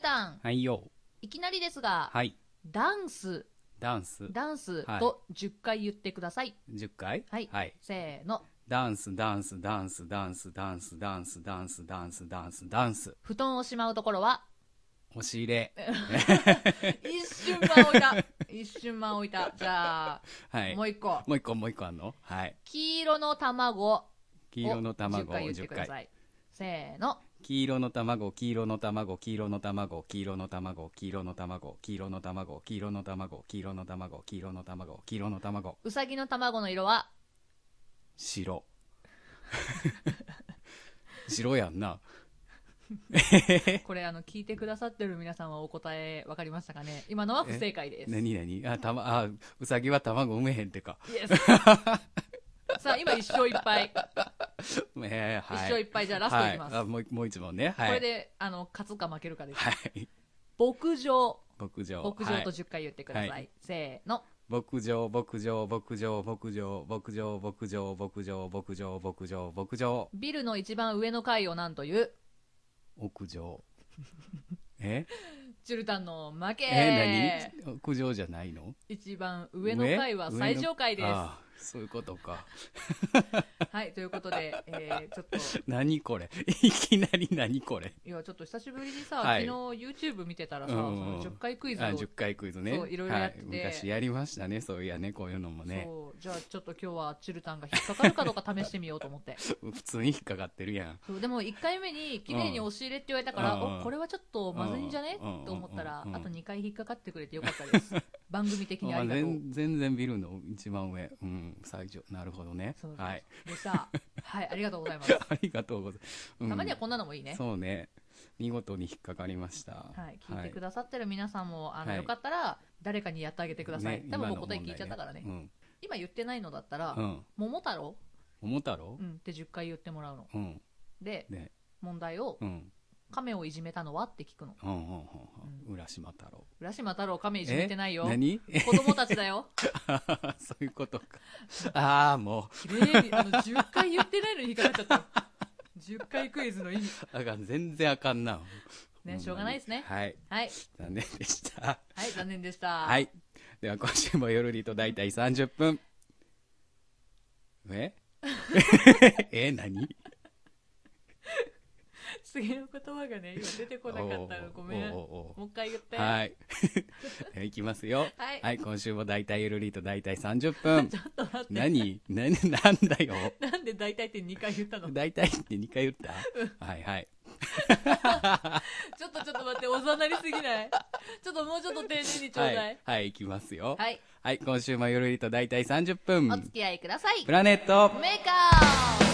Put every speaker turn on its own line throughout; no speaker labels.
たん、
はいよ。
いきなりですが、
はい。
ダンス、
ダンス。
ダンス
はい
と10回言ってください。
10回
はい。
はい。
せーの。
ダンス、ダンス、ダンス、ダンス、ダンス、ダンス、ダンス、ダンス、ダンス、ダンス。
布団をしまうところは、
押し入れ。
一瞬間置い た。一瞬間置いた。じゃあ、
はい。
もう一個。
もう一個、もう一個あんのはい。
黄色の卵。
黄色
10
の卵を
回言って
10
くだ
回。
さい。せーの。
黄色の卵、黄色の卵、黄色の卵、黄色の卵、黄色の卵、黄色の卵、黄色の卵、黄色の卵、黄色の卵、黄色の卵、
うさぎの卵の色は、
白。白やんな。
これあの、聞いてくださってる皆さんはお答えわかりましたかね今のは不正解です。
何何あ、たま、あ、うさぎは卵産めへんってか。
イエス さあ、今一勝いっぱい。
えー、
一
はい。
勝いっぱい。じゃあラストいきます。
はい、あもうもう一問ね。はい。
これで、あの、勝つか負けるかです。
はい。
牧場。
牧場。
牧場と
はい
10回言ってください。
はい
せーの。
牧場、牧場、牧場、牧場、牧場、牧場、牧場、牧場、牧場、牧場、
ビルの一番上の階をなんという
屋上。 え
ジュルタンの負け、
え、何屋上じゃないの
一番上の階は最上階です。
上のああそういうことか。
はい、ということで、えー、ちょっと、
何これ いきなり何これ
いや、ちょっと久しぶりにさ、
はい
昨日 YouTube 見てたらさ、
う
そ
んうんうん
の10回クイズを、
あ、10回クイズね。
そういろいろやってて
はい昔やりましたね、そういやね、こういうのもね。
そう、じゃあちょっと今日はチュルタンが引っかかるかどうか試してみようと思 って。
普通に引っかかってるやん。
そうでも1回目に綺麗に押し入れって言われたから、
うん
おこれはちょっとまずいんじゃね、
うん
と思ったら、
うん
あと2回引っかかってくれてよかった です番組的にあ
あ
りがとう、
全全然ビルの一番上。うん、最上。なるほどね
そう。そう
は
はい
い。、
でさ、はい、ありがとうございます。
ありがとうございます。うん
たまにはこんなのもいいね。
そうね。見事に引っかかりました。
はい、聞いてく
だ
ださってる皆さんも、あの、
はい
よかったら、誰かにやってあげてください。多分もう答え聞いちゃったからね。
うん。
今言ってないのだったら、
うん。
桃太郎、
桃太郎
うん、って10回言ってもらうの。
うん。
で、
ね。
問題を
う、ん。
亀をいじめたのはって聞くの。
うん。うん。うんうん。浦島太郎。
浦島太郎亀いじめてないよ
え。何
子供たちだよ。
そういう ことか。ああ、も
綺麗に、あの、10回言ってないのに引っかかっちゃったよ。10回クイズの意味。
う、あかん、全然あかんな。
ね、しょうがないですね。
はい。
はい。
残念でした。
はい、残念でした。
はい。では、今週も夜りと大体30分。 ええ、何
次の言葉がね、今出てこなかったの。ごめん。
おうお
も
うお
う
う
一回言って。
はい。 ではいきますよ。
はい
はい、今週も大体ゆるりと大体30分
ち。ょっと待って。
何何 なんだよ。
なんで大体って2回言ったのちょ
大体って2回言ったはいはい。
っとちょっと待って、おざなりすぎない ちょっともうちょっと丁寧にちょう
は
だい。
い。はい、いきますよ。
はい。
はい、今週もゆるりと大体30分。
お付き合いください
プ。ラネット
メーカ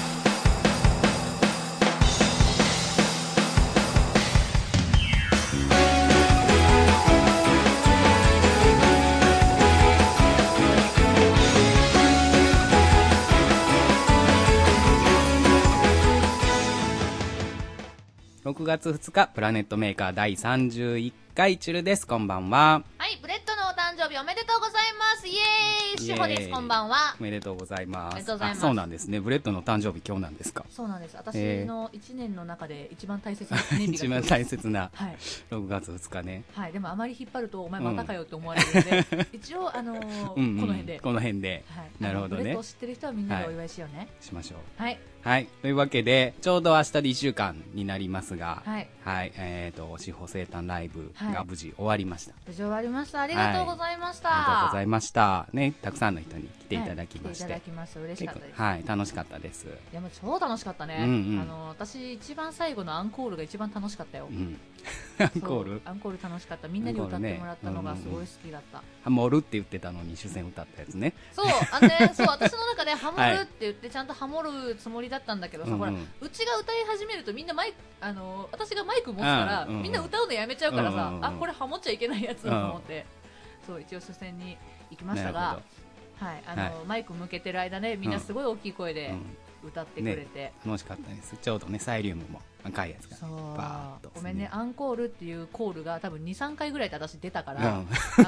6月2日、プラネットメーカー第31回チュルです。こんばんは。
ーはい、ブレッドのお誕生日おめでとうございますイエーイ
イエ
し
ーイ
ほです、こんばんは
お。めでとうございま
お
す。
めでとうございます
あそうなんですね。ブレッドの誕生日今日なんですか。
そうなんです。私
えー
の1年の中で一番大切な記念
一
日が今
番
日です。
大切な
はい。
6月2日ね。
はい。でもあまり引っ張ると、お前またかよって思われるので、 一応、あのー
うんうん
この辺で。
この辺で。
はい。
なるほど
あのブレッ
ね
ドを。知ってる人はみんなでお祝いしようね。
しましょう。
はい。
はい。というわけで、ちょうど明日で1週間になりますが、
はい。
はい。えっ、と、司法生誕ライブ
は
が
い
無事終わりました。
無事終わりました。ありがとうございました。
ありがとうございました。ね、たくさんの人に来ていただきまし
はい来ていただき
て。
ました嬉しかったです、
はい、楽しかったです。
いやもう超楽しかったね、
うんうん
あの私一番最後のアンコールが一番楽しかったよ
うん。アン
そう
コール
アンコール楽しかったみんなに歌ってもらったのがすごい好きだった、
ハモるって言ってたのに主戦歌ったやつね。
そうあのねそう私の中でハモるって言ってちゃんとハモるつもりだったんだけどさ、
うんうん
ほらうちが歌い始めるとみんなマイクあの私がマイク持つから、
うんうん
みんな歌うのやめちゃうからさ、
うんうんうん
あこれハモっちゃいけないやつだと思って、そう一応初戦に行きました
な
が
る
はいあの、
はい
マイク向けてる間ねみんなすごい大きい声
ほ
で
ど。うん
歌ってくれて、
楽しかったです。ちょうどね、サイリウムも赤いやつが
そう
バーっと。
ごめんね、アンコールっていうコールが多分2、3回ぐらいで私出たか
う
ら、あ
ん。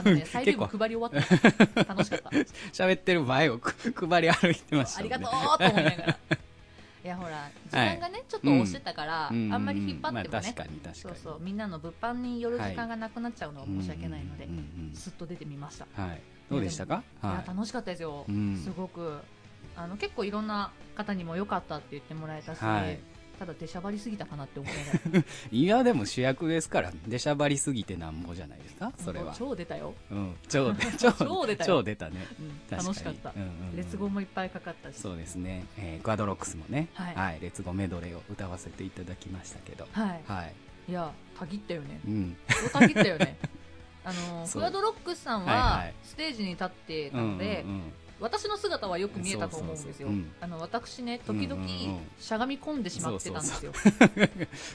のね、最後
結構
配り終わった。楽しかった。
喋ってる前をく配り歩いてました
あ
も
り
んね。
がとうと思いながら。いやほら時間がね、ちょっと押してたから、
う
あんまり引っ張ってもね、
まあ、確かに確かに
そうそうみんなの物販による時間がなくなっちゃうのは申し訳ないので、
うんうんうん
すっと出てみました、
うんはいどうでしたか
い、
は
や楽しかったですよ、
うん
すごくあの結構いろんな方にも良かったって言ってもらえたし、
はい
ただ出しゃばりすぎたかなって思いながら
いいやでも主役ですから出しゃばりすぎてなんぼじゃないですか それは
超出たよ、
うん 超出超
超 出たよ
超出たね
うん
確かに
楽しかった、
うんうんうん
列語もいっぱいかかったし
そうですね、えー、ガドロックスもね、
はい
レッツゴーメドレーを歌わせていただきましたけど、
はい、
はい、
いやたぎったよ ね
うん、
そうたぎったよ ねあの
そ
ク
う
ワドロックスさん
はいは
はいステージに立ってたので、
うんうんうん
私の姿はよく見えたと思うんです
そうそう
よ
そううん
あの私ね時々
うんうんうん
しゃがみ込んでしまってたんですよ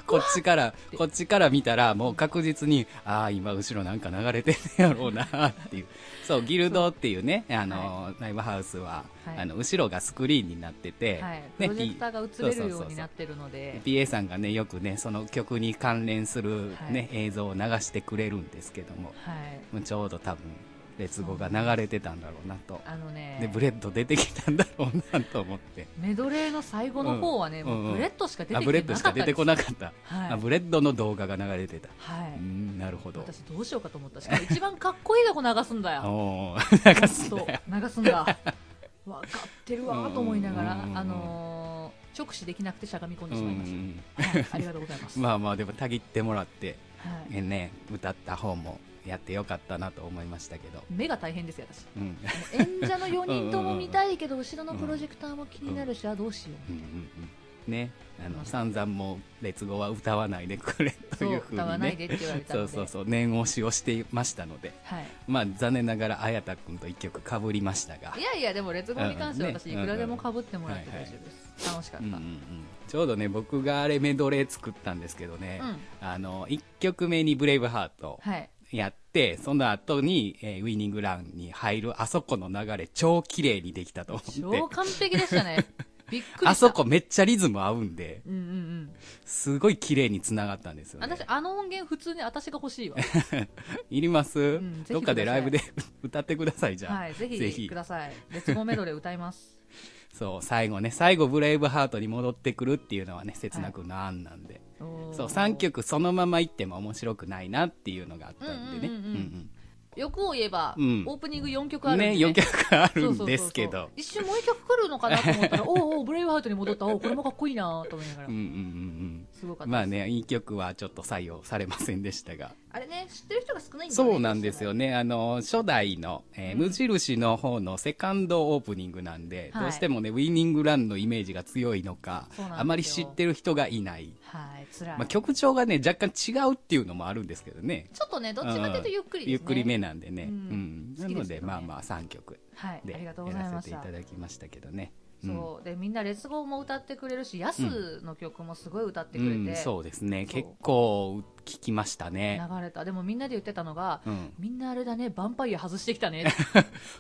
こっちから、こっちから見たら、もう確実に、ああ、今後ろなんか流れてるやろうな、って いう。そう、ギルドっていうね、あの、ライブハウスは、
はい
あの、後ろがスクリーンになってて、
はい、プ
ね
ロジェクターが映れるようになっ
そ
てるの
そ
で
うそう PA さんがね、よくね、その曲に関連するね、映像を流してくれるんですけども、
はい
もうちょうど多分、列語が流れてたんだろうなと。
あの
で、
ね
ブレッド出てきたんだろうなと思って。
メドレーの最後の方はね、
うんうん
もうブレッドしか出
あ、
て
ブレッ
きてな
ドし
か
か
った
出てこなかった。
はい
あ、ブレッドの動画が流れてた。
はい、
うん、なるほど。
私どうしようかと思ったしかも一番かっこいいとこ流すんだよ
おー 流すん
そう
だよ。
流すんだ わかってるわーと思いながら
うんうんうんうん
あのー直視できなくてしゃがみ込ん
う
で
ん
し
う
まいまし
ん
た、はい、ありがとうございます、
まあまあでもたぎってもらって、
はい、
ね、歌った方もやってよかったなと思いましたけど、
目が大変ですよ私
うん
演者の4人とも見たいけど後ろのプロジェクターも気になるしあどうしよ
うんうんうんねあ
う
の
ん
散々もう劣語は歌わないでくれ
う
と
そ
いううふう
歌わ
に
ないで
ね
って言われた
そ
の
う
で
そうそう念押しをしていましたので
はい
まあ残念ながら綾太君と一曲かぶりましたが
いやいやでも列語に関しては
うんうん
私い
ね
くらでもかぶってもらって大丈夫です楽しかっ
う
た、
んうんうんちょうどね僕があれメドレー作ったんですけどね、
う
あの1曲目に「ブレイブハート」
はい
やって、その後に、えーウィニングランに入る、あそこの流れ、超綺麗にできたと思
超
って。
完璧でした ねびっくりした
あそこめっちゃリズム合うんで、
うんうんうん
すごい綺麗に繋がったんですよね
私。あの音源普通に私が欲しいわ
いります、
んぜひ
どっかで
くだ
ラ
さい
イブで 歌ってください、じゃあ。
はいぜひください列語メドレー歌い ます
そう、最後ね、最後ブレイブハートに戻ってくるっていうのはね、切なくの案なんで。
おー
そう、3曲そのまま行っても面白くないなっていうのがあったんでね。
うんうんうん
うん
欲を言えば、
うん
オープニング4曲
う
ある
ん
んで
ね、
ね
4曲あ
そ
るん
うそうそうそう
ですけど。
一瞬もう一曲来るのかなと思ったらおうおうブレイブハートに戻ったおうこれもかっこいいなと思いながら、
うんうんうん
すごか
う
っ
ん。
た
ま
で
あ
す、
ね、いい曲はちょっと採用されませんでしたが。
あれね知ってる人が少ないんだよね
そうなんですよね。あの、初代の、えー無印の方のセカンドオープニングなんで、
はい
どうしてもね、ウィニングランのイメージが強いのか、
そうなんですよ
あまり知ってる人がいない。
はい辛い、
まあ、曲調がね、若干違うっていうのもあるんですけどね。
ちょっとねどっちかというとゆっくりですね
ゆっくりめなんでね。う
うんん。
な
好き
の
ですけ
で、
どね
まあまあ3曲
はい
で
あり
や
がとうござい
ら
ま
せ
して
い
た
ただきましたけどね。うん
そうでみんなレスゴーも歌ってくれるしヤスの曲もすごい歌ってくれて、
うん、そうですね。
そう
結構聞きましたね。
流れたでもみんなで言ってたのが、
うん
みんなあれだねヴァンパイア外してきたね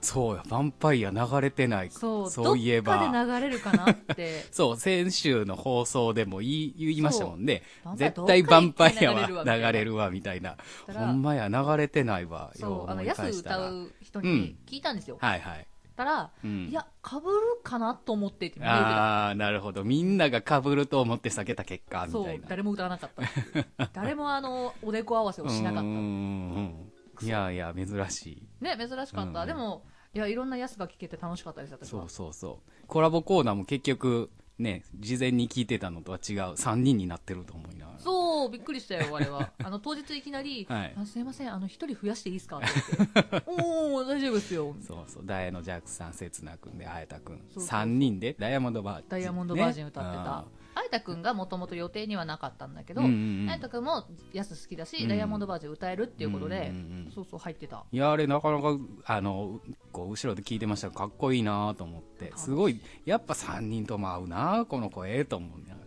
そうや、ヴァンパイア流れてない。
そう
そういえば。
どっかで流れるかな って
そう、先週の放送でも言い言いましたもんね
そう。
絶対ヴァンパイア
どっか
は
で
流
流
れ
れ
るわ、みたいな。
た
ほ
ら
んまや、流れてないわ。よ
そうあの
思い
ヤス
返し
歌
たら
う人に聞いたんですよ、
はいはい。
たら、
うん
いやかぶるかなと思ってってみんな
あー、なるほど。みんなが被ると思って避けた結
言ってた
果、み
そ
たいうな。
誰も歌わなか った誰もあのおでこ合わせをしなかっ
う
た
んうんうんいやいや、珍しい。
ね珍しかった、
うん
でもいやいろんなやすが聞けて楽しかったです私
そ
は
うそうそう。コラボコーナーも結局、ね、事前に聞いてたのとは違う。3人になってると思いながら。
そうびっくりしたよあれ はあの当日いきなり、
はい
あすいませんあの一人増やしていいですかって 言っておお大丈夫ですよ
そうそう。ダイヤのジャックさん、せつな君で、あやた君。
そうそう
3人で、ダイヤモンドバージンね。
ダイヤモンドバージン歌ってた、
あー
あやたくんがもともと予定にはなかったんだけど、
うんうんうん
あやたくんもやす好きだし、
うん
ダイヤモンドバージン歌えるっていうことで、
うんうんうん
そうそう入ってた
いやあれなかなかあのこう後ろで聞いてましたがかっこいいなと思ってすごいやっぱ3人とも合うなこの声と思いなが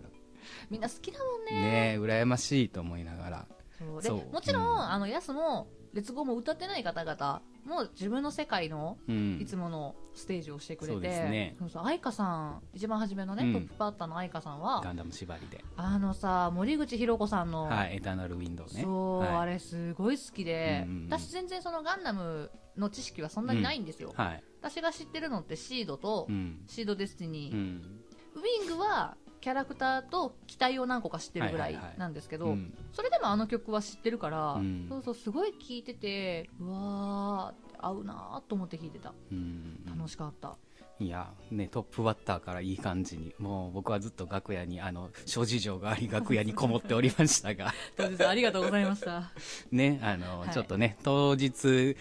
みんな好きだもん
らねえ羨ましいと思いながら
そうで
そう
もちろん、
うん
あのヤスも「レッツゴー」も歌ってない方々も自分の世界の
うん
いつものステージをしてくれて、
そうですね
そうそう愛花さん一番初めのね、
うん
トップバッターの愛花さんは
ガンダム縛りで、
あのさ森口博子さんの、
はい、エターナルウィンドウね
そう、
はい、
あれすごい好きで、
うんうんうん
私全然そのガンダムの知識はそんなにないんですよ、
はい
私が知ってるのってシードと、
うん
シードデスティニ
う
ー、
ん
ウィングはキャラクターと機体を何個か知ってるぐらいなんですけど、
はいはいはいうん
それでもあの曲は知ってるから、
うん
そうそうすごい聴いててうわー合うなーと思って弾いてた
うん
楽しかった、
いや、ね、トップバッターからいい感じに、もう僕はずっと楽屋に、あの、諸事情 があり楽屋にこもっておりましたが、
当日ありがとうございました
ね、あの、
はい
ちょっとね、当日、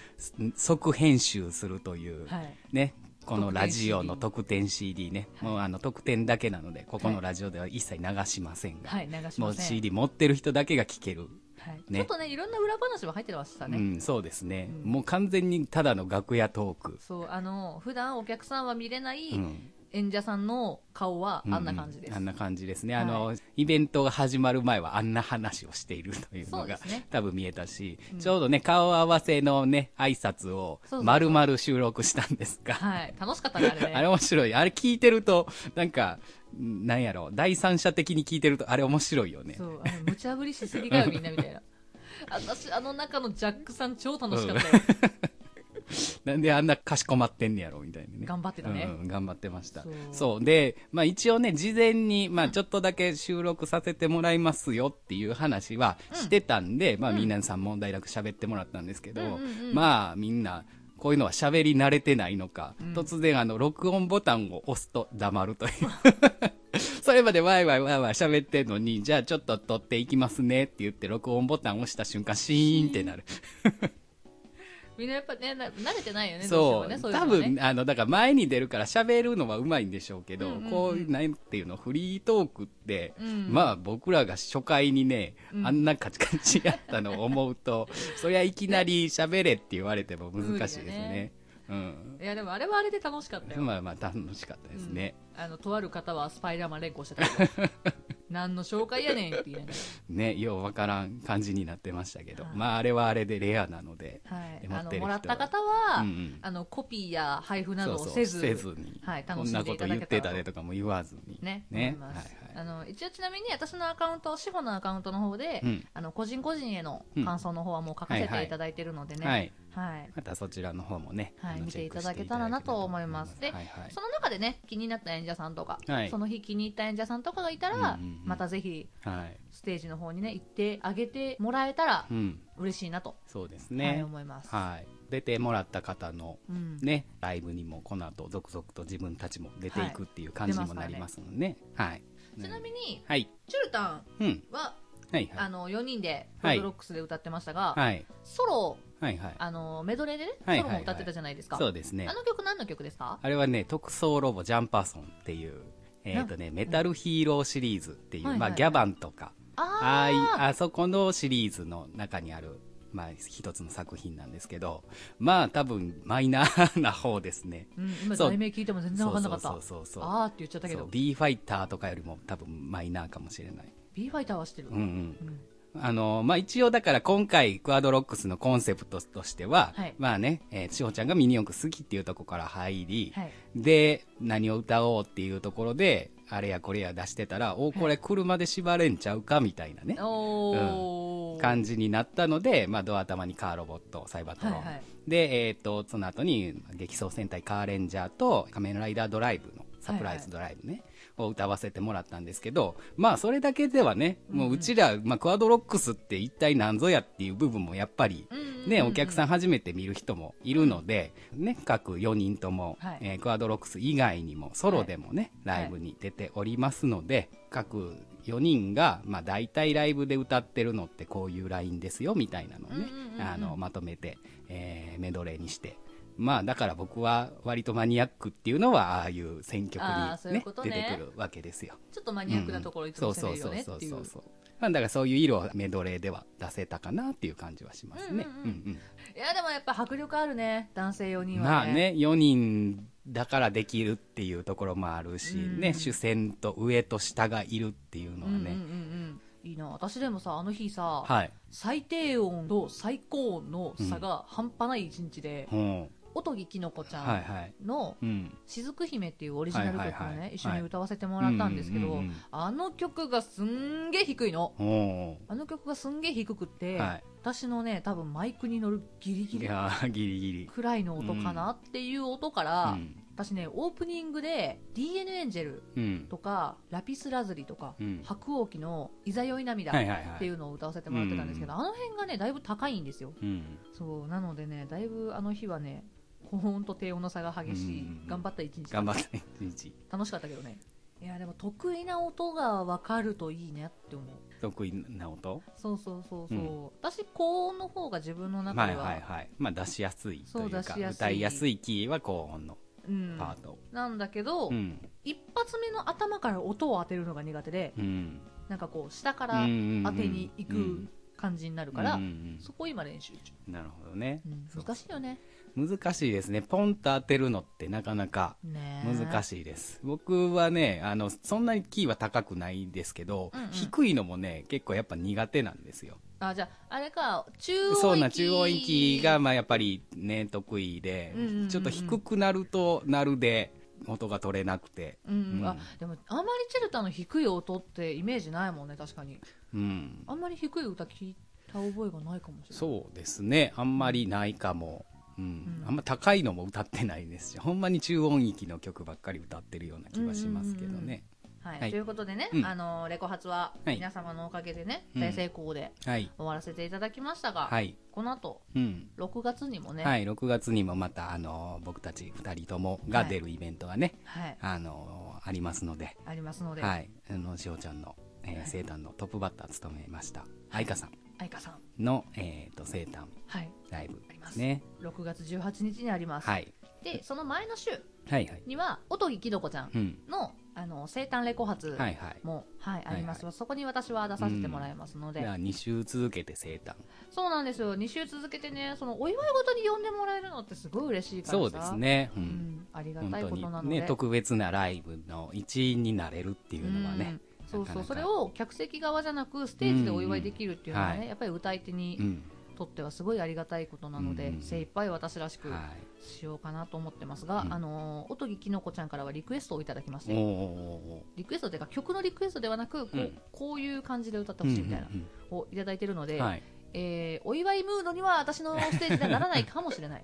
即編集するという、
はい
ね、このラジオの特典 CD ね、
はい
もうあの特典だけなので、ここのラジオでは一切流しませんが、
はい流しません
もう CD 持ってる人だけが聴ける。
はい
ね
ちょっとねいろんな裏話も入ってましたね、
うん、そうですね、
うん
もう完全にただの楽屋トーク。
そうあの普段お客さんは見れない
うん
演者さんの顔はあんな感じです、
うんうんあんな感じですね、
はい
あのイベントが始まる前はあんな話をしているというのが
そうですね
多分見えたし、
うん
ちょうどね顔合わせのね挨拶を
そうそうそう
丸々収録したんですが、
はい楽しかったねあ れね
あれ面白いあれ聞いてるとなんかんなんやろ第三者的に聞いてるとあれ面白いよね
そう、あの無茶ぶりしすぎだよ、みんなみた いな。私、あの中のジャックさん、超楽しかったよ。
なんであんなかしこまってんねやろみたいなね
頑張ってたね
うんうん頑張ってましたそ
そうう
で、まあ、一応ね事前に、まあ、ちょっとだけ収録させてもらいますよっていう話はしてたんで、まあ、みんなさんも大学喋ってもらったんですけど、
うんうんうん
まあみんなこういうのは喋り慣れてないのか、
うん
突然あの録音ボタンを押すと黙るという それまでワイワイワイワイ喋ってんのにじゃあちょっと撮っていきますねって言って録音ボタンを押した瞬間シーンってなる
みんなやっぱね、な慣れてないよね、
そう
どしてもね、そういう
多
のはね
分。あのだから前に出るから喋るのはうまいんでしょうけど、
うんうんうん
こういうなんていうのフリートークって、
うん
まあ僕らが初回にね、
うん
あんなカチカチやったのを思うと そりゃいきなり喋れって言われても難しいですねうん
いや、でもあれはあれで楽しかったよ。
まあまあ楽しかったですね、
あの、とある方はスパイダーマン連行してた けど。何の紹介やねんって言いなが
ねようわからん感じになってましたけど、
はい
まああれはあれでレアなので、
ら。はい。
持
あ
っ
の、
てる人は
もらった方は、
うんうん
あの、コピーや配布などを
そう
せず。
そうせずに、
はい
こ
楽
ん
し
なん
で
こ
い
と
ただ
言
け
って
た
た
ら
ねとかも言わずに
ね、思い
ね
ます、
はいはい
あの一応ちなみに私のアカウント、志保のアカウントの方で、
うん
あの個人個人への感想の方はもう書かせていただいてるのでね、
はい
はい、
またそちらの方もね、
はい
あの
見
チェ
て
ッ
い
ク
た
し
だけたらなと思います
て
で
いただけたらと思います
その中でね気になった演者さんとか、
はい
その日気に入った演者さんとかがいたら、
うんうんうん
またぜひ
はいはい、はい、
ステージの方にね行ってあげてもらえたら
うん、
嬉しいなと、
そうです
はい、
ね、
思います、
はい、出てもらった方の
うん
ね、ライブにもこの後続々と自分たちも出ていくっていう感じにもなりますのでね、はい、
ちなみに
はい、
チュルタン
うん、
は、
はいは
あ
い、
の4人でフ
はい
ードロックスで歌ってましたが、
はい、
ソロ
はい、はい、
あのメドレーでね、
はい
ソロも歌ってたじゃないですか、
そうですね
あ。の曲何の曲ですか
あれはね、特装ロボジャンパーソンっていう、えっ、とね、メタルヒーローシリーズっていう、
はい
まあ
はい
ギャバンとか、ああい
あー
あそこのシリーズの中にある、まあ、一つの作品なんですけど、まあ、多分マイナーな方ですね。
うん、今
そう
題名聞いても全然分かんなかった
そうそうそうそう
あーって言っちゃったけ
そう
ど
B ファイターとかよりも多分マイナーかもしれない。
B ファイターは知ってる、
うんうん。
うん
あの、まあ、一応だから今回、クアドロックスのコンセプトとしては、
はい
まあね、えー、しほちゃんがミニ四駆好きっていうところから入り、
はい
で、何を歌おうっていうところで、あれやこれや出してたら、お、これ車で縛れんちゃうかみたいなね。
おー、
感じになったので、まあ、ドア頭にカーロボット、サイバートロン。
はいはい
で、えっ、と、その後に、激走戦隊カーレンジャーと仮面ライダードライブのサプライズドライブね、を歌わせてもらったんですけど、まあ、それだけではね、もううちら、まあ、クアドロックスって一体何ぞやっていう部分もやっぱり、
うんうんうん
ね、お客さん初めて見る人もいるので、ね、各4人とも、
はい
えークアドロックス以外にもソロでもね、
はい
ライブに出ておりますので、各4人が、まあ、大体ライブで歌ってるのってこういうラインですよみたいなのをね、
うんうんうんうん
あのまとめて、えーメドレーにして。まあだから僕は割とマニアックっていうのはああいう選曲
あーそう
に、
い
ね
うこと
出
ね
てくるわけですよ。
ちょっとマニアックなところいつも攻めるよねっていう,、
そうそうそうそうそうまあだからそういう色をメドレーでは出せたかなっていう感じはしますね。
うんうんう
う
ん
んうん
いやでもやっぱ迫力あるね男性4人
ま
は
あ
ね,、
ね、4人だからできるっていうところもあるし、
うん
ね、主戦と上と下がいるっていうのは
うんうんうんう
ね、
んいいな私でもさあの日さ、
はい。
最低音と最高音の差が半端ない一日で、
うん
音木きのこちゃ
はい
ん
はい。
の
うん。
雫姫っていうオリジナル曲をね、
はいはいはい
一緒に歌わせてもらったんですけど、
うんうんうんうん
あの曲がすんげえ低いの
お
あの曲がすんげえ低くって、
はい
私のね多分マイクに乗るギリ
ー
ギ
い
リ
やーギリギリ。
くらいの音かなっていう音から、
うん
私ねオープニングで DN エンジェル
うん
とか、ラピスラズリとか、
うん
白鸚記のいざよい涙
はいはいはい
っていうのを歌わせてもらってたんですけど、あの辺がねだいぶ高いんですよ
うん
そうなのでねだいぶあの日はねほんと低温の差が激しい、
うんうんうん
頑張った一日
頑張った一日
楽しかったけどねいやでも得意な音が分かるといいねって思う
得意な音
そうそうそうそう、
うん
私高音の方が自分の中
は
で
い
は、
はいはいまあ出しやすいと
そ
いうう
出
か
しやすい
歌いやすいキーは高音の
うん
パート
なんだけど、
うん
一発目の頭から音を当てるのが苦手で
うん
なんかこう下か
当
ら当てに行く感じになるから、そこを今練習中、
なるほどね
うん
そう
難しいよね
難しいですねポンと当てるのってなかなか
ね
難
い
しいです僕はねあのそんなにキーは高くないですけど、
うんうん
低いのもね結構やっぱ苦手なんですよ
あじゃああれか中音域
そうな中音域がまあやっぱりね得意で、
うんうんうんうん
ちょっと低くなるとなるで音が取れなくて
うん、
うん
あでもあんまりチェルタの低い音ってイメージないもんね確かに
うん
あんまり低い歌聞いた覚えがないかもしれない
そうですねあんまりないかもうん
うん
あんま高いのも歌ってないですしほんまに中音域の曲ばっかり歌ってるような気はしますけどね、
はい、
はい
ということでね、
うん
あのレコ発は
はい
皆様のおかげでね、
うん
大成功で
はい
終わらせていただきましたが、
はい
この後
うん
6月にもね、
はい、6月にもまた、あの僕たち2人ともが出るイベントがね、
はい
あのありますので、
ありますので、
はい、あのしおちゃんの、えー
はい
生誕のトップバッターを務めました愛花さん
愛花さん、
の、えー、と生誕
はい、
ライブ
あります
ね、
6月18日にあります、
はい、
でその前の週
はいはい
には音木きどこちゃん
うん
のあの生誕レコ発
はいはい
も、はい
はい
あります、そこに私は出させてもらいますので、
じゃあ2週続けて生誕
そうなんですよ2週続けてねそのお祝い事に呼んでもらえるのってすごい嬉しいからさ
そうです、ね、う
うんん、ありがたいこと
本
なの
当に
で、
ね特別なライブの一員になれるっていうのはね、
うんそうそう
なかなか
それを客席側じゃなくステージでお祝いできるっていうのはね、
うんはい
やっぱり歌い手
う
に
ん
とってはすごいありがたいことなので、
うん
精一杯私らしく
は
しようかなと思ってますが、
うん
あのー音木きのこちゃんからはリクエストをいただきまし
い、おー
て
お
リクエストというか曲のリクエストではなくこう,、
うん
こういう感じで歌って
ーおー
ほしいみたいな、
うんうん
をいただいてるの
う
で、
んはい
えーお祝いムードには私のステージではならないかもしれ ない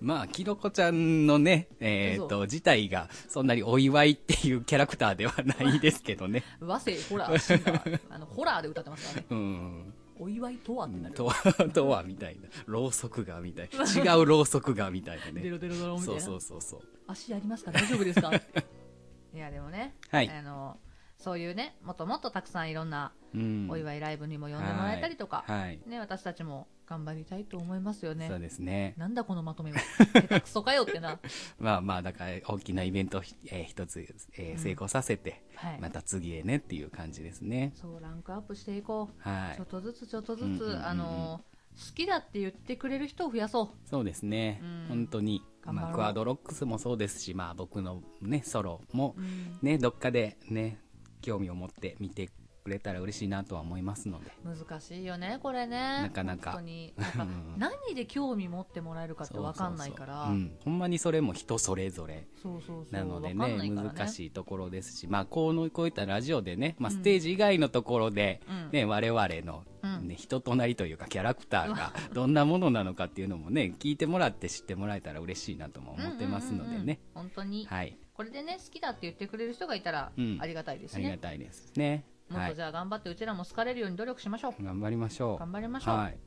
まあ、きのこちゃんのね、えっ、
そ
と、自体が、そんなにお祝いっていうキャラクターではないですけ どね。
和声ホラーシンガーあのホラーで歌ってますからね
うん。
お祝いとはってなる
とは、 とは、みたいな。ろうそくが、みたい な。違うろうそくが、みたいな
デ
ね。
ロデロドロみたい
そう
な
そうそうそう。
足ありますか大丈夫です かいやでもね、
はい
あのそういうねもっともっとたくさんいろんな
うん。
お祝いライブにも呼んでもらえたりとか、
はい。
ね、私たちも頑張りたいと思いますよね
そうですね。
なんだこのま とめは下手くそかよってな、
まあまあ、だから、大きなイベントをひ、えー一つ、えー成功させて、
はい
また次へねっていう感じですね。
そうランクアップしていこう、
は
ち
い
ょっ。とずつちょっとず
うんうんうんう
つ
ん
あの好きだって言ってくれる人を増やそう
そうですね。
うん
本当に。
頑張ろ
ま
う
あ、クアドロックスもそうですし、まあ、僕のね、ソロも、
うん
ね、どっかでね、興味を持って見てくれたら嬉しいなとは思いますので。
難しいよねこれね
なかなか
本当になんか
うん
何で興味持ってもらえるかって分かんないから
そうそうそううんほんまにそれも人それぞれ。
そうそうそう
なので
わかんな
ね
いから
難しいところですし、まあ、こうのこういったラジオでね、まあ、ステージ以外のところで、
うん
ね我々の、
うん
ね、人となりというかキャラクターが どんなものなのかっていうのもね聞いてもらって知ってもらえたら嬉しいなとも思ってますの
うん
でね、
うんうんうん本当に、
はい、
これでね好きだって言ってくれる人がいたら
うん
ありがたいです
ありが
ね、
たいですね、
も
は
っと
い
じ、ゃあ頑張ってうちらも好かれるように努力しましょう
頑張りましょう。
頑張りましょう、
はい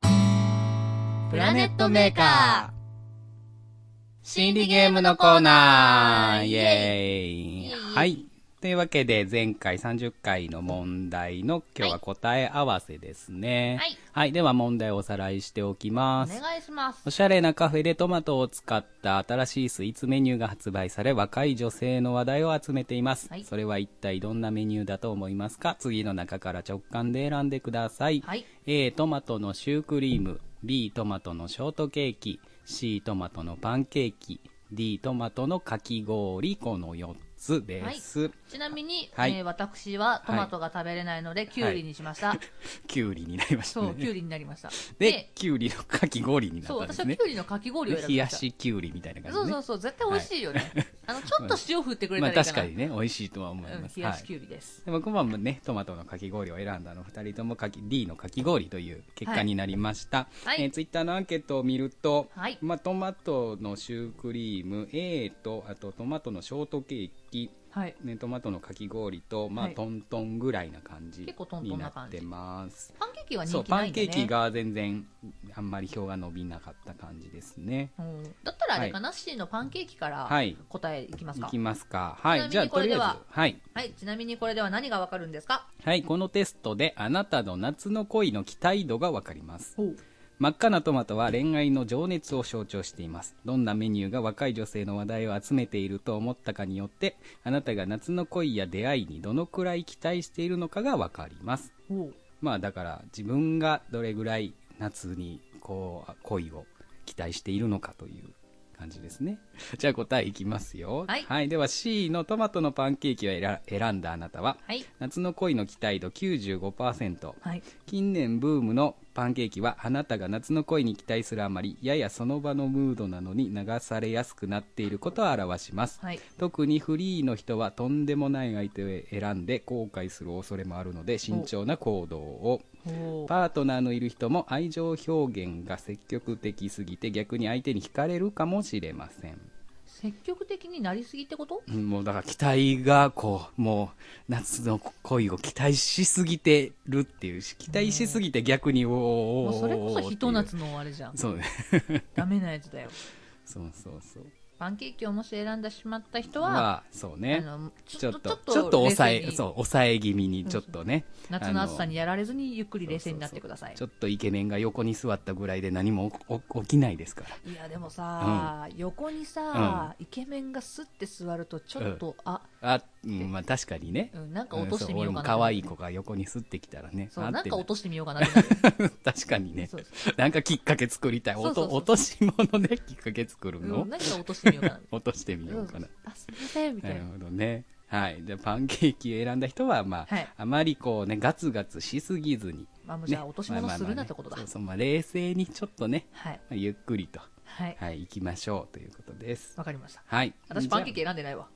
プラネットメーカ
心理ゲームのコーナーイ
イエ
エーイ
イ
はい。というわけで、前回30回の問題の今日は答え合わせですね。
はい。
はい。では問題をおさらいしておき
お
ます。
願いします
おしゃれなカフェでトマトを使った新しいスイーツメニューが発売され若い女性の話題を集めています、
はい
それは一体どんなメニューだと思いますか次の中から直感で選んでください、
はい
A トマトのシュークリーム B トマトのショートケーキ C トマトのパンケーキ D トマトのかき氷この4つです、
ちなみに、
はい
えー私はトマトが食べれないので、キュウリにしました、
きゅうりになりました
そうキュウ
ね
リになりました
できゅうりのかき氷にな
そう
った
私
んです
は
ね
キュウリのかき氷を選
冷
びま
や
した
しきゅうりみたいな感じ
そ
で
う
ね
そうそう絶対美味しいよね、あの、ちょっと塩振ってくれ
ま
た
あ
らいい
確
かな。
かにね、美味しいとは思い
うん、
ま
冷
す。
や
は
し
い
きゅうりです。
で僕はもうね、トマトのかき氷を選んだの、二人ともかき D のかき氷という結果になりました。
はい
えツイッター Twitter のアンケートを見ると、
はい
まあ、トマトのシュークリーム A と、あとトマトのショートケーキ、
はい。
ね、トマトのかき氷と、まあ、
はい
トントンぐらいな感じ
結構トント
に
ン
な
な
っ
感
て
じ
ます。
パンケーキは
そ
人
う、
気な
パ
い
ン
ん
ケ
でね。
ーキが全然、あんまり票が伸びなかった感じですね。
うん。だったらあれかな、ナッシーのパンケーキから
はい
答えいきます
い
か。
きますか。は、
ちないみに
じゃあ
ことれで
りあえず
は、
はい。
はい。ちなみにこれでは何がわかるんですか
はい、このテストであなたの夏の恋の期待度がわかります。
ほう。
真っ赤なトマトは恋愛の情熱を象徴しています。どんなメニューが若い女性の話題を集めていると思ったかによって、あなたが夏の恋や出会いにどのくらい期待しているのかがわかります。
ほう。
まあだから自分がどれぐらい夏にこう恋を期待しているのかという感じですね。じゃあ答えいきますよ。
はい
では C のトマトのパンケーキを選選んだあなたは、
はい。
夏の恋の期待度95%
はい。
近年ブームのパンケーキはあなたが夏の恋に期待するあまりややその場のムードなのに流されやすくなっていることを表します
はい。
特にフリーの人はとんでもない相手を選んで後悔する恐れもあるので慎重な行動を
ほう。
パートナーのいる人も愛情表現が積極的すぎて逆に相手に惹かれるかもしれません
積極的になりすぎってこと
うんもうだから期待がこう、もう夏の恋を期待しすぎてるっていうし、期待しすぎて逆におーおーおー
もうそれこそ
おーってい
ひ
う
と夏のあれじゃん。
そうね。
ダメなやつだよ。
そうそうそう。
パンケーキをもし選んでしまった人は、
は、そう
あ
ね。
の、
ち
ち
ょ
ょ
っ
っ
と、
と、
ちょっと抑
冷
え
静、に
そう、抑え気味にちょっとね。
夏の暑さ
あ
にやられずにゆっくり
の
冷静になってください。
そうそうそうちょっとイケメンが横に座ったぐらいで何もおお起きないですから。
いやでもさ、横にさ、イケメンがスッて座るとちょっと、あ、
あ、うん、まあ確かにね。
うん、なんか落としてみようかな
そ俺も可愛い子が横にすってきたらね。
そう
あ
な
っ
ん
て
か落としてみようかなってなる
確かにね
そう。
なんかきっかけ作りたい。おと
そうそうそう
落とし物できっかけ作るの、
うん、なんか落としてみようかなみ
落としてみ
たいな
ようか な。
あすいませんみたい
な
な、
るほどね。はい。じゃあパンケーキ選んだ人は、まあ、
はい
あまりこうね、ガツガツしすぎずに。
まあもう
ね
じゃあ落とし物
まあ
す
まあ
る
ま
な
あ
ってことだ、
そうそう、まあ冷静にちょっとね、
はい
まあゆっくりと、
はいわ、
はい、行きましょうということです。
かりました
はい。
私パンケー
キ
キ選んで ないわ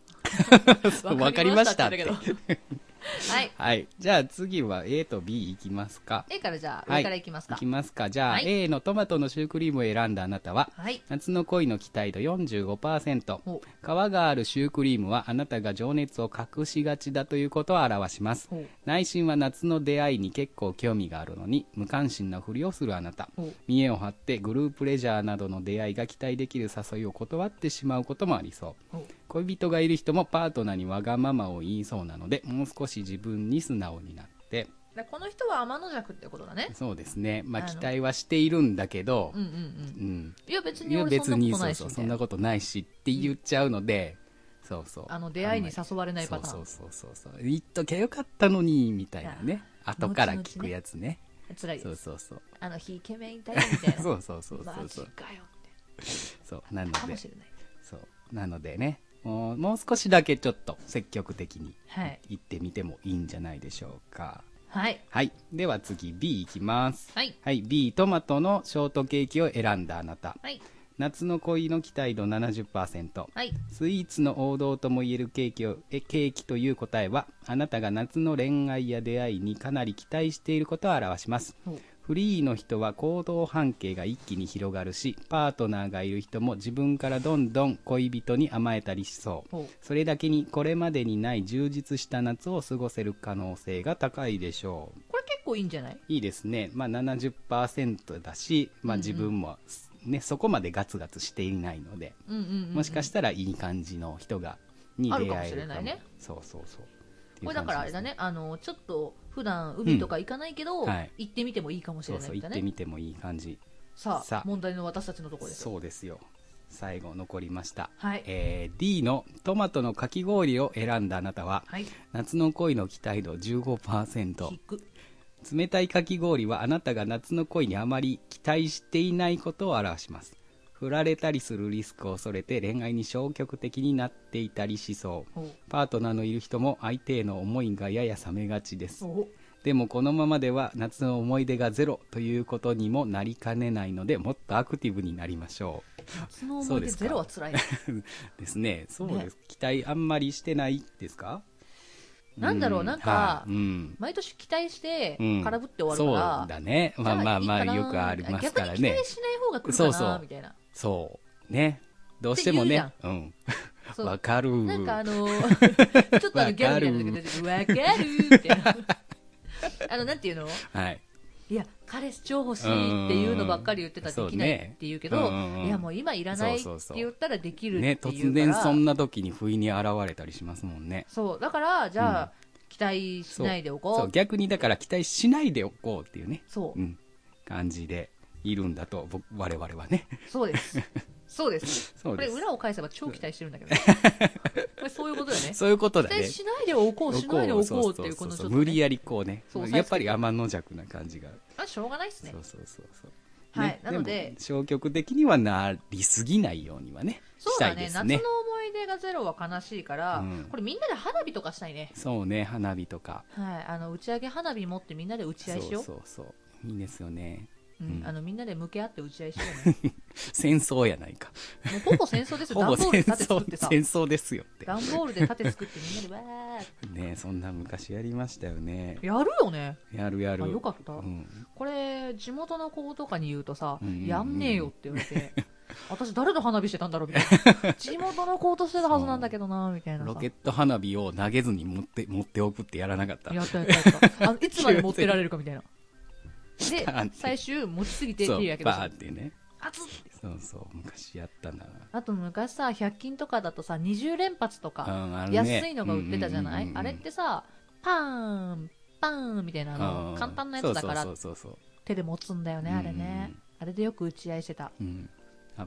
わかりましたっ
わ
て
かりましたって言ったけどはい
はい。じゃあ次は A と B 行きますか。
A からじゃあ、
は
上からいきますか
いきますか。じゃあ、
はい
A のトマトのシュークリームを選んだあなたは、
はい
夏の恋の期待度45%
ほう
皮があるシュークリームはあなたが情熱を隠しがちだということを表します
ほう
内心は夏の出会いに結構興味があるのに無関心なふりをするあなた
ほう
見栄を張ってグループレジャーなどの出会いが期待できる誘いを断ってしまうこともありそ
ほ
う
う
恋人がいる人もパートナーにわがままを言いそうなのでもう少し自分に素直になって
でこの人は天の弱ってことだね
そうですねまあ
あの
期待はしているんだけど
うんうんうん
うん
いや別
い
に
や
俺
別
そんな
に
こと
そ
ない
う
し
そ
み
う
た
そ
い
ん
な
なことないしって言っちゃうので、そうそう
あの出会いに
あんまり
誘われないパターン
そうそうそうそうそう言っときゃよかったのにみたいなね
あ
後から聞くやつね
辛いです
そうそうそう
あの日イケメンいたよみたいな
そうそうそうそ
マ
う
ジ
そう
かよみ
そう
た
な
い
の
なかも
で
しれない
そうなのでねもうもう少しだけちょっと積極的に
はい
行ってみてもいいんじゃないでしょうか
はい
はいでは次 B いきます
はい
はい B トマトのショートケーキを選んだあなた
はい
夏の恋の期待度70%
はい
スイーツの王道ともいえるケーキをえケーキという答えはあなたが夏の恋愛や出会いにかなり期待していることを表します
ほう
フリーの人は行動半径が一気に広がるしパートナーがいる人も自分からどんどん恋人に甘えたりしそう
ほう
それだけにこれまでにない充実した夏を過ごせる可能性が高いでしょう
これ結構いいんじゃない
いいですね、まあ、70%だし、まあ、自分も、ねそこまでガツガツしていないので
うんうんうんうん
もしかしたらいい感じの人がに出会えるかも
あるかもしれないね
そうそうそう
これだからあれだねあのちょっと普段海とか行かないけど、
うんはい
行ってみてもいいかもし
そ
れ
う
な
そう
いみた
行
い
っ
な
て
ね
みてもいい感じ
さあ
さあ
問題の私たちのところですよ
そうですよ最後残りました、
はい
えー D のトマトのかき氷を選んだあなたは
はい
夏の恋の期待度
聞
15%
く
冷たいかき氷はあなたが夏の恋にあまり期待していないことを表します振られたりするリスクを恐れて恋愛に消極的になっていたりしそう
お
パートナーのいる人も相手への思いがやや冷めがちです
お
でもこのままでは夏の思い出がゼロということにもなりかねないのでもっとアクティブになりましょう
夏の思い出ゼロは辛いな。
ですね。そうです。期待あんまりしてないですか
なんだろうなんか
はいうん。
毎年期待して
うん
空振って終
そう
わるから、
だね。まあまあまあ、
じゃいい
よ
かな
くありますから
逆に期
ね
待。しない方が来る
そ
か
うそ
な
う
みたいな
そう。ね。どうしてもね。うん。
そう
わかる。
なんかあの ーちょっとあのギャルみたいなのが出てくるわかるみたいなあのなんていうの
はい。
いや彼氏超欲しいっていうのばっかり言ってたらできないって言うけど
そうねうんうん
いやもう今いらないって
そうそうそう
言ったらできる
ね、
ってい
突
うから
然そんな時に不意に現れたりしますもんね。
そうだからじゃあ、期待しないでおこう
そう、逆にだから期待しないでおこうっていうね。
そう
う、ん。感じでいるんだと、僕、我々はね。
そう です。そうです。
そうです
これ裏を返せば超期待してるんだ けど。これそういうことだよね。
そういうことだ
期待
ね。
しないでおこう、しないでおこうっていう、このちょっと、ね。
無理やりこうね
そう
やっぱり天の弱な感じが、
まあ、しょうがないですね
そう。そうそうそう
はい
ね
なので
も消極的にはなりすぎないようにはね
そう
した
だ
いで
ね
す
夏の
ね
思い出がゼロは悲しいから、
うん
これみんなで花火とかしたいね。
そうね花火とか
はい。あの、打ち上げ花火持ってみんなで打ち合いしよう。
そうそうそういいですよね
うん
う。ん
あの、みんなで向け合って打ち合いしようね。
戦争やないか
もうほぼ戦争 ですよ。
ほ
段
ぼ
ボール
戦
で盾作って
争
さ
戦。争ですよって
段ボールで盾作ってみんなでわーっ
ねそんな昔やりましたよね
て。やるよね。
やるやる
あよかった
うん
これ地元の子とかに言うとさ、
うんうんうん
やんねえよって言われ て私誰の花火してたんだろうみたいな地元の子としてたはずなんだけどなみたいなさ
ロケット花火を投げずに持って持っておくってやらなかった
やったやったやったあ のいつまで持ってられるかみたいなで
たね
最終持ちすぎて
そう
手やけど
バー
あ
ってね
つって
そうそう昔やったな
あと昔さ100均とかだとさ20連発と
う
か、
んあるね
安いのが売ってたじゃない、
うんうんうんうん
あれってさパーンパーンみたいなあの、
うん
簡単なやつだから
そうそうそうそう
手で持つんだよねあれね、
うん
あれでよく打ち合いしてた
そう、うん、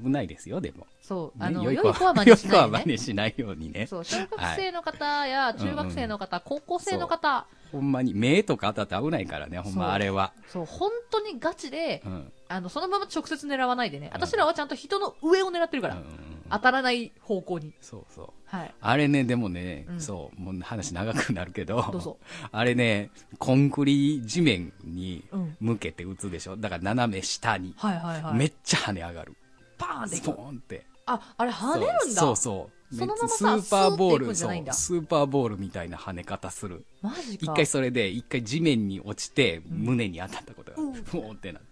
危ないですよでも、
そう、
ね
あの、良
良い
い
子は
子は真似し
良
ないい
子は
で
真
ね。
似しないようにね
そう、小学生の方や中学生の方、高校生の方、
ほんまに目とか当たって危ないからねほん
そう
まあれは
そう、本当にガチで、
うんうん
あの、そのまま直接狙わないでね。私らはちゃんと人の上を狙ってるか
うんう
ら、
ん
当たらない方向に。
そうそう
はい。
あれねでもね、
うん
そうもう話長くなるけど
どうぞ
あれねコンクリ地面に
うん
向けて打つでしょだから斜め下に、
はいはいはい。
めっちゃ跳ね上がる
パーンってい
ス
く
ポーンって
あ、あれ跳ねるんだ。
そうそう
そのままさ
スーパーボール
スーっていくんじゃないんだ
そうスーパーボールみたいな跳ね方する
マジか。
一回それで一回地面に落ちて
ん
胸に当たったことがある、
うん
ふおーってなった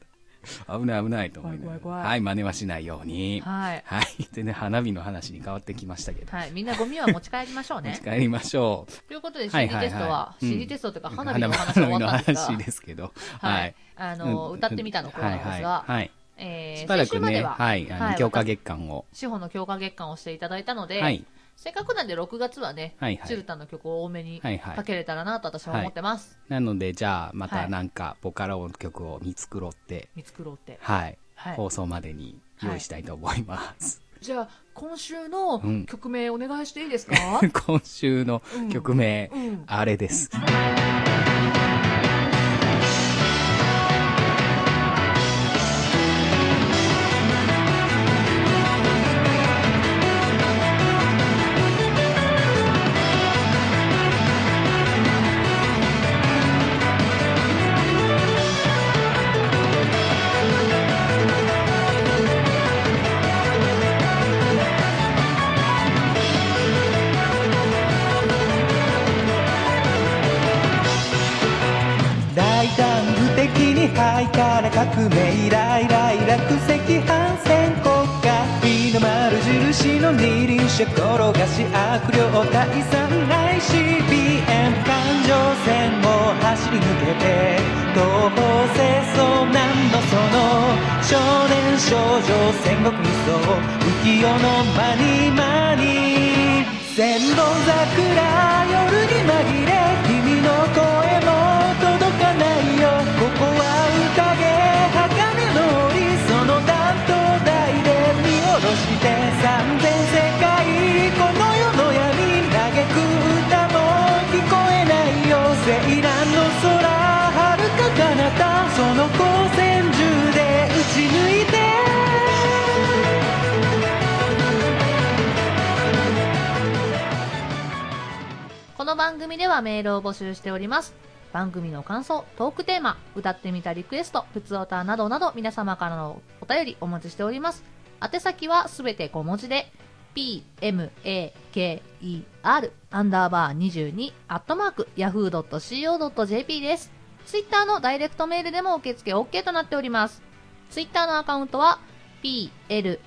危ない危ないと思いなが
怖
ら
い怖い怖い
はい真似はしないようには
はい。
いでね花火の話に変わってきましたけど、
はい。みんなゴミは持ち帰りましょう
持
ね
ち。帰りましょう
ということで、
はい
CD
はいはい
テストは、
うん
CD テストというか、花火の話は終わったんですが、
花火の話ですけど
は
はいい、。
あの、歌ってみたのコーナーです
はいはい
が、
はい
え
し
ー
ばら
先週
く
まで
ね
は、
はいあの、強化月間を
司法の強化月間をしていただいたので、
はい
せっかくなんで6月はね、
はいはい
チュルタの曲を多めに
はいはい
かけれたらなと私は思ってます。
なのでじゃあま
は
た
い
なんかボカロの曲を見繕って
見繕って。
はい、
はい
放送までに用意したいと思います、
じゃあ、今週の
うん
曲名お願いしていいですか、
今週の曲名、
うんうん
あれです
大胆不敵にハイカラ革命来来落石反戦国家日の丸印の二輪車転がし悪霊退散来 CBM 環状線を走り抜けて東方清掃なんのその少年少女戦国無双浮世のマニマニ千本桜夜に紛れ君の声も届かないよここは宴鋼の檻その担当台で見下ろして三千世界この世の闇嘆く歌も聞こえないよセイランの空遥か彼方その光線銃で撃ち抜いて
この番組ではメールを募集しております。番組の感想、トークテーマ、歌ってみたリクエスト、普通歌などなど皆様からのお便りお待ちしております。宛先はすべて小文字で pmaker アンダーバー22アットマーク yahoo.co.jp ですツイッターのダイレクトメールでも受付 OK となっておりますツイッターのアカウントは planet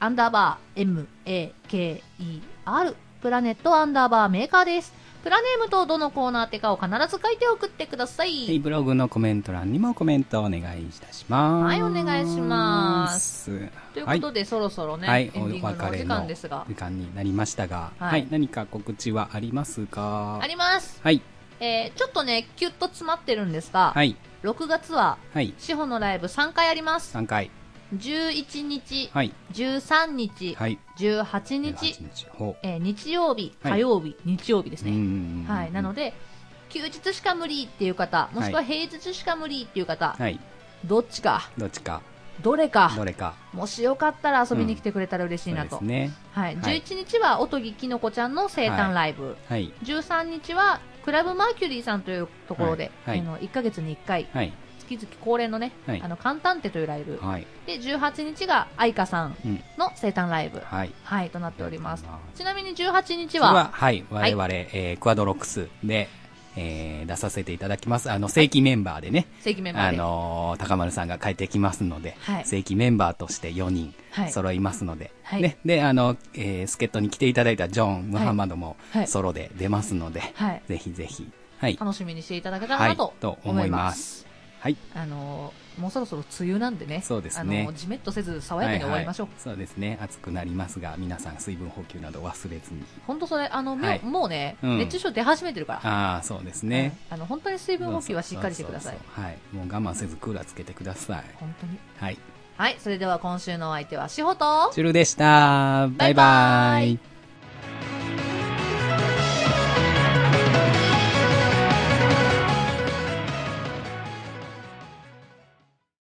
アンダーバー maker プラネットアンダーバーメーカーですプラネームとどのコーナーってかを必ず書いて送ってください
はい、ブログのコメント欄にもコメントをお願いいたします。。
はいお願いしますということで、そろそろね、
はい、
エンディングのお時間ですが
時間になりましたが、
はい
はい、何か告知はありますか
あります、
はい、
えー、ちょっとねキュッと詰まってるんですが、
はい、
6月は
はい、
志保のライブ3回あります
3回、
11日、
はい、
13日、
はい、
18
18
日、
日、ほ
えー日曜日、
はい
火曜日、日曜日です
う、
ね、
ん
はい、なの
で、
で休日しか無理っていう方もしくは平日しか無理っていう方、
はい、
どっちか
どっちか、
どれか
どれか、
もしよかったら遊びに来てくれたら嬉し
そ
いうな
で
と、
すね。
はい、
はい
11日はおとぎきのこちゃんの生誕ライブ、
はい、
13日はクラブマーキュリーさんというところで、
はいはい
あの1ヶ月に1回
はい、
月々恒例のね、
はい
あの簡単手というライブ
はい、
で18日が愛花さん
うん、
の生誕ライブ、
はい。
はい、となっております
やったな
ちなみに18日
それ
は
はい、
は
我
い
々、えークアドロックスで、えー出させていただきます。あの、正規メンバーでね、
正規メンバー
あ
で、
のー高丸さんが帰ってきますので、
はい
正規メンバーとして4人
はい
揃いますので、
はい
ね、で、あの、えー、助っ人に来ていただいたジョン・ムハンマドも
はい
ソロで出ますので、
はい、
ぜひぜひ、はい、
楽しみにしていただけたらなと
はいと
思
思
い
い
ま,、
ますはい、
あのーもうそろそろ梅雨なんでね
そうですね
あのーじめっとせず爽やかに終わりましょう、
はいはいそうですね、暑くなりますが、皆さん水分補給など忘れずに。
本当それあの、もう
はい
もうね、
うん
熱中症出始めてるから
ああ、そうです
はい
ね。
あの本当に水分補給はしっかりしてください
そうそうそうそうはい、もう我慢せずクーラーつけてください。
本当に
はい。
はいそれでは今週のお相手は志保と
チュルでした。バイバ
バイバイ
イ